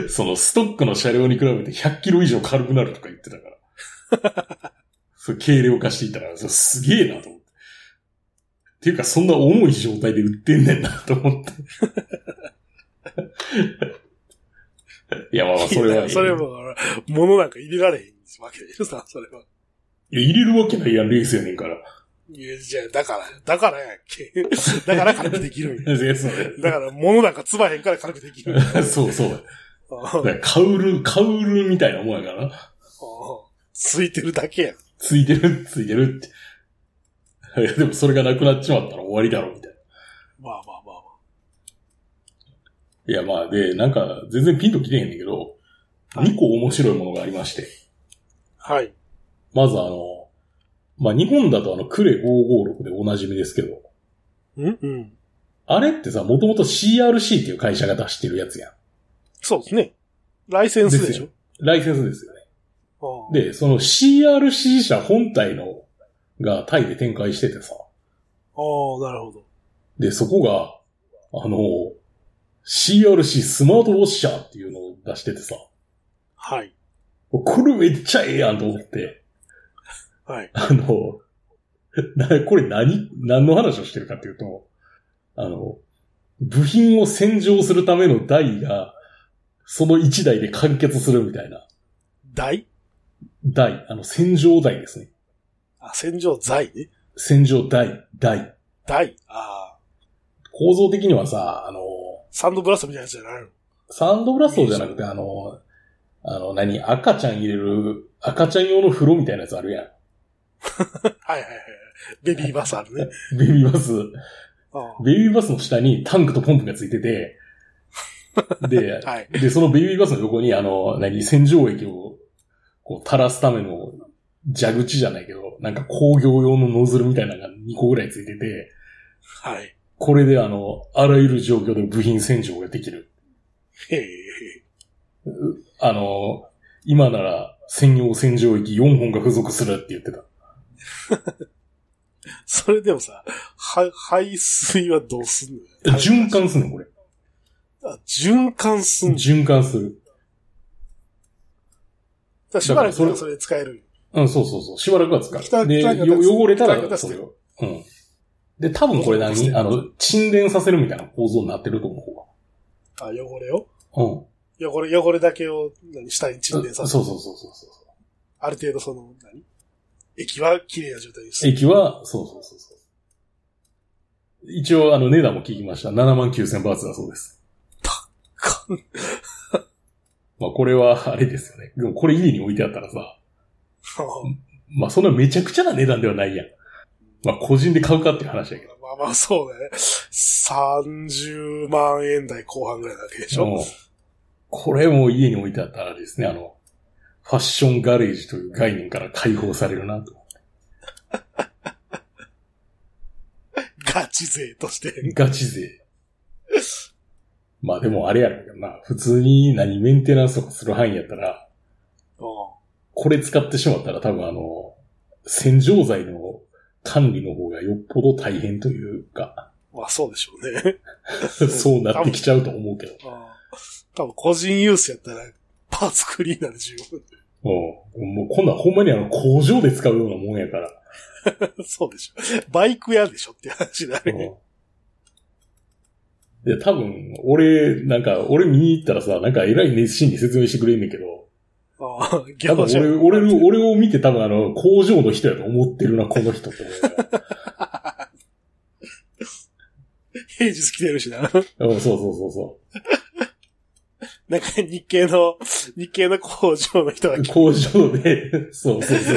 そのストックの車両に比べて100キロ以上軽くなるとか言ってたから。そう軽量化していたら、そうすげえなと思って。っていうか、そんな重い状態で売ってんねんなと思って。いや、まあまあ、それは、
それも、物なんか入れられへんわけでしょ さ、それは。
いや入れるわけないやん、レースやねんから。
いや、じゃあ、だから、だからやっけ。 だから軽くできるんや。
いやそうだよ
だから、物なんかつばへんから軽くできるんや。
そうそうだよ。
うん
だからカウル、カウルみたいなもんやからな。
ついてるだけやん。
ついてる、ついて るって。いや、でもそれがなくなっちまったら終わりだろ、みたい
まあまあまあ
な。いや、まあ、で、なんか、全然ピンときてへんねんけど、
はい
2個面白いものがありまして。
まあ。はい。
まずあの、まあ、日本だとあの、クレ556でおなじみですけど、
うんうん。
あれってさ、もともと CRC っていう会社が出してるやつやん。
そうですね。ライセンスでしょ
ライセンスですよね。
うん
で、その CRC 社本体の、がタイで展開しててさ、
ああ、なるほど。
で、そこが、あの、CRC スマートウォッシャーっていうのを出しててさ、
はい。
これめっちゃええやんと思って、
はい。
あの、 な、これ何、何の話をしてるかっていうと、あの、部品を洗浄するための台が、その1台で完結するみたいな。
台
台、あの、洗浄台ですね。
あ、洗浄剤ね。
洗浄台、台。
台。ああ。
構造的にはさ、あの、
サンドブラストみたいなやつじゃないの
サンドブラストじゃなくて、あの、あの、何、赤ちゃん入れる、赤ちゃん用の風呂みたいなやつあるや
はいはいはい。ベビーバスあるね。
ん。 ベビーバス。
あ
ベビーバスの下にタンクとポンプがついてて、で
あ、 はい。
で、そのベビーバスの横に、あの、何、洗浄液を、こう、垂らすための蛇口じゃないけど、なんか工業用のノズルみたいなのが2個ぐらいついてて、
はい。
これであの、あらゆる状況で部品洗浄ができる。
へえ。
あの、今なら専用洗浄液4本が付属するって言ってた。
それでもさ、は、排水はどうすんの
循環するの、これ。
あ循環すんの。
循環する。
だからしばらく
だからそ
それ使える。
うん、そうそうそう。しばらくは使
汚汚
う。
い
で、
形
よ汚れた
汚い
ら、
形
それを。うん。で、多分これ
そうです
何
ね
あの、沈殿させるみたいな構造になってると思
あ、汚れを
うわ。うん。
汚れ、汚れだけを、何、下に沈殿させる。
そうそうそうそうそう。
ある程度その、何駅は綺麗な状態です。
駅は、そうそうそうそう。一応、あの、値段も聞きました。7万9000バーツだそうです。
か
まあ、これは、あれですよね。でも、これ家に置いてあったらさ、まあ、そんなめちゃくちゃな値段ではないやん。まあ、個人で買うかっていう話だけど。
まあまあそうね。30万円台後半ぐらいなわけでしょ。
うんこれも家に置いてあったらですね、あの、ファッションガレージという概念から解放されるなと。
ガチ勢として。
ガチ勢。まあでもあれやろうけどな。普通に何メンテナンスとかする範囲やったら、
うん
これ使ってしまったら多分あの、洗浄剤の管理の方がよっぽど大変というか、
まあそうでしょうね。
そうなってきちゃうと思うけど。
うん多分個人ユースやったら、パーツクリーナーで十分。
うん。もうこんなんほんまにあの工場で使うようなもんやから。
そうでしょ。バイク屋でしょっていう話だ
うん
ね。
いや、多分、俺、なんか、俺見に行ったらさ、なんか偉い熱心に説明してくれんねんけど、
うん
多分俺、俺の、俺を見て多分あの、工場の人やと思ってるな、この人って思うか
平日来てるしな。
ら。うん、 そうそうそうそ
なんか日系の、日系の工場の人が
う。
来て
工場で、 そうそうそ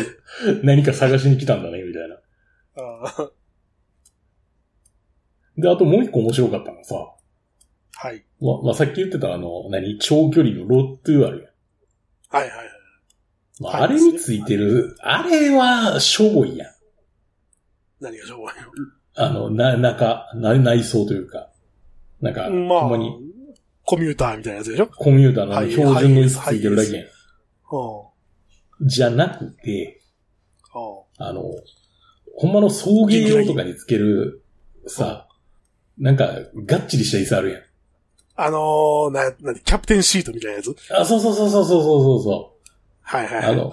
う。何か探しに来たんだね、みたいな。
うん
で、あともう一個面白かったのがさ、
はい。
ま、まあ、さっき言ってたあの、何長距離のロットゥーあるやん
はいはいはい。
ま
は
あ、
い
あれについてる、あれは、しょぼいやん。
何がしょうがない
あの、な、中、な内装というか、なんか、
ま
ほんま
あ
に、
コミューターみたいなやつでしょ
コミューターのあ
は
の
い
標準の椅子ついてるだけやん
う
じゃなくて、
ん。うん。
あの、ほんまの送迎用とかにつける、さ、なんか、がっちりした椅子あるやん。
あのー、な、なに、キャプテンシートみたいなやつ
あ、そうそうそうそうそうそうそ
はいはい。
あ
あ
の
の、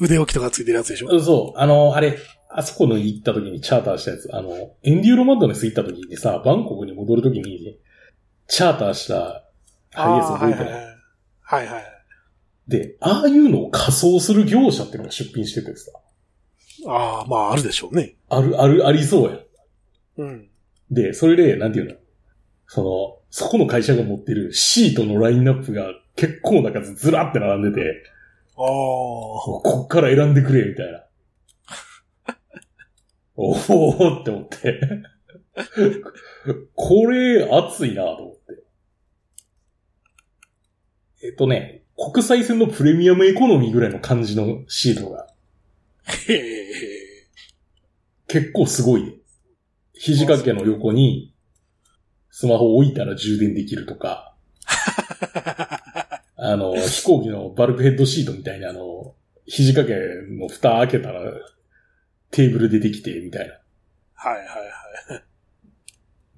腕置きとかついてるやつでしょ
うそう。そう、あの、あれ、あそこの行った時にチャーターしたやつ、あの、エンデューロマンドネス行った時にさ、バンコクに戻る時に、チャーターした、ハイエース
あー
覚
は
え
い
て
は
ない
い。はい。はいはい。
で、ああいうのを仮装する業者っていうのが出品しててさ、
ああ、まああるでしょうね。
ある、ある、ありそうやん。
うん。
で、それで、なんていうのその、そこの会社が持ってるシートのラインナップが結構な数ずらって並んでて、
ああ。
ここっから選んでくれ、みたいな。 おおって思って。 これ、熱いなと思って。えっとね、国際線のプレミアムエコノミーぐらいの感じのシートが
へえ。
結構すごいね。肘掛けの横に、スマホを置いたら充電できるとか、あの、飛行機のバルクヘッドシートみたいな、あの、肘掛けの蓋開けたら、テーブル出てきて、みたいな。
はいはいは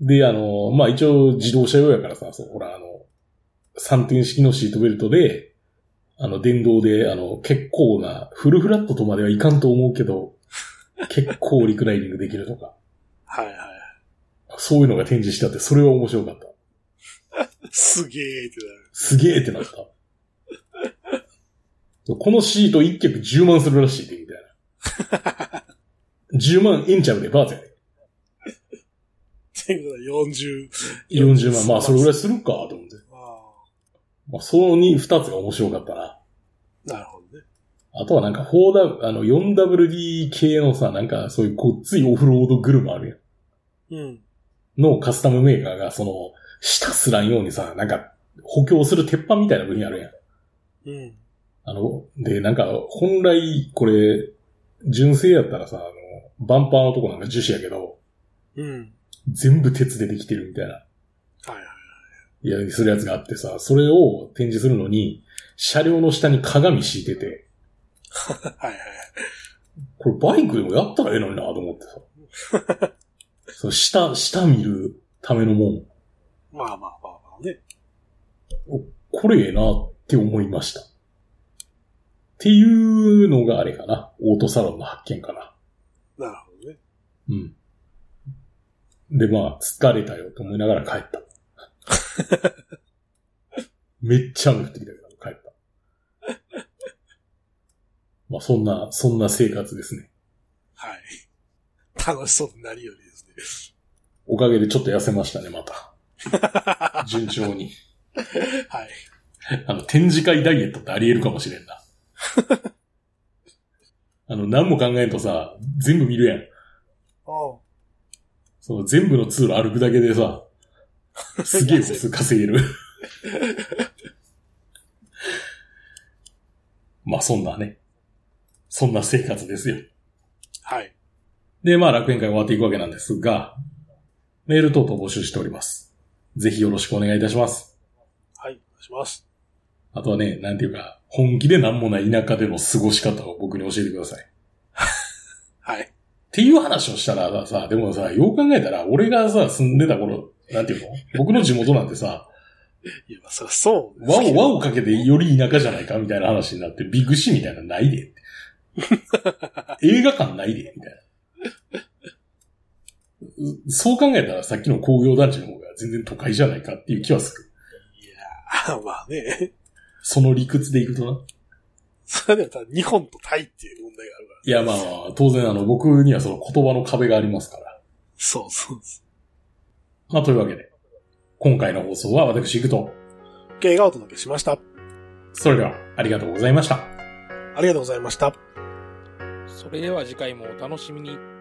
い。
で、あの、まあ、一応自動車用やからさ、そう、ほら、あの、3点式のシートベルトで、あの、電動で、あの、結構な、フルフラットとまではいかんと思うけど、結構リクライニングできるとか。
はいはい。
そういうのが展示してあって、それは面白かった。
すげえってなる。
すげえってなった。このシート1脚10万するらしいで、みたいな。10万円ちゃうで、バーツやで。
っていうことは40。
40万。まあ、それぐらいするか、と思って。
あ
まあ、その2、2つが面白かったな。
あ。なるほどね。
あとはなんか 4W、あの 4WD 系のさ、なんかそういうごっついオフロードグルマあるやん。
うん。
のカスタムメーカーが、その、下すらんようにさ、なんか補強する鉄板みたいな部品あるやん。
うん。
あの、で、なんか、本来、これ、純正やったらさ、あの、バンパーのとこなんか樹脂やけど、
うん。
全部鉄でできてるみたいな、
はいはい。
いや、するやつがあってさ、それを展示するのに、車両の下に鏡敷いてて、
はいはい。
これバイクでもやったらええのになと思ってさ。 そう、下、下見るためのもん、
まあまあまあまあね。
これええなって思いました。っていうのがあれかな。オートサロンの発見かな。
なるほどね。
うん。で、まあ、疲れたよと思いながら帰 った。めっちゃ雨降ってきたけど、帰った。まあそんな、そんな生活ですね。
はい。楽しそうになるよりですね。
おかげでちょっと痩せましたね、ま た。順調に。
はい。
あの、展示会ダイエットってあり得るかもしれんな。あの、何も考えんとさ、全部見るやん。
おう
その全部の通路歩くだけでさ、すげえ歩数稼げる。 まあそんなね。そんな生活ですよ。
はい。
で、まあ楽園会終わっていくわけなんですが、メール等々募集しております。ぜひよろしくお願いいたします。
はい。お願いします。
あとはね、なんていうか、本気で何もない田舎での過ごし方を僕に教えてください。
はい。
っていう話をしたらさ、でもさ、よう考えたら、俺がさ、住んでた頃、なんていうの僕の地元なんてさ、
いや、まあ、そりゃそうです
輪
け
を
ど
輪をかけてより田舎じゃないかみたいな話になって、ビッグシーみたいなのないで。映画館ないで、みたいな。うそう考えたらさっきの工業団地の方が全然都会じゃないかっていう気はする。
あまあね。
その理屈でいくとな。
それではただ日本とタイっていう問題があるから。
いや、まあまあ、当然あの、僕にはその言葉の壁がありますから。
そうそうそ
まあ、というわけで、今回の放送は私行くと、
う。OK がお届けしました。
それでは、ありがとうございました。
ありがとうございました。
それでは次回もお楽しみに。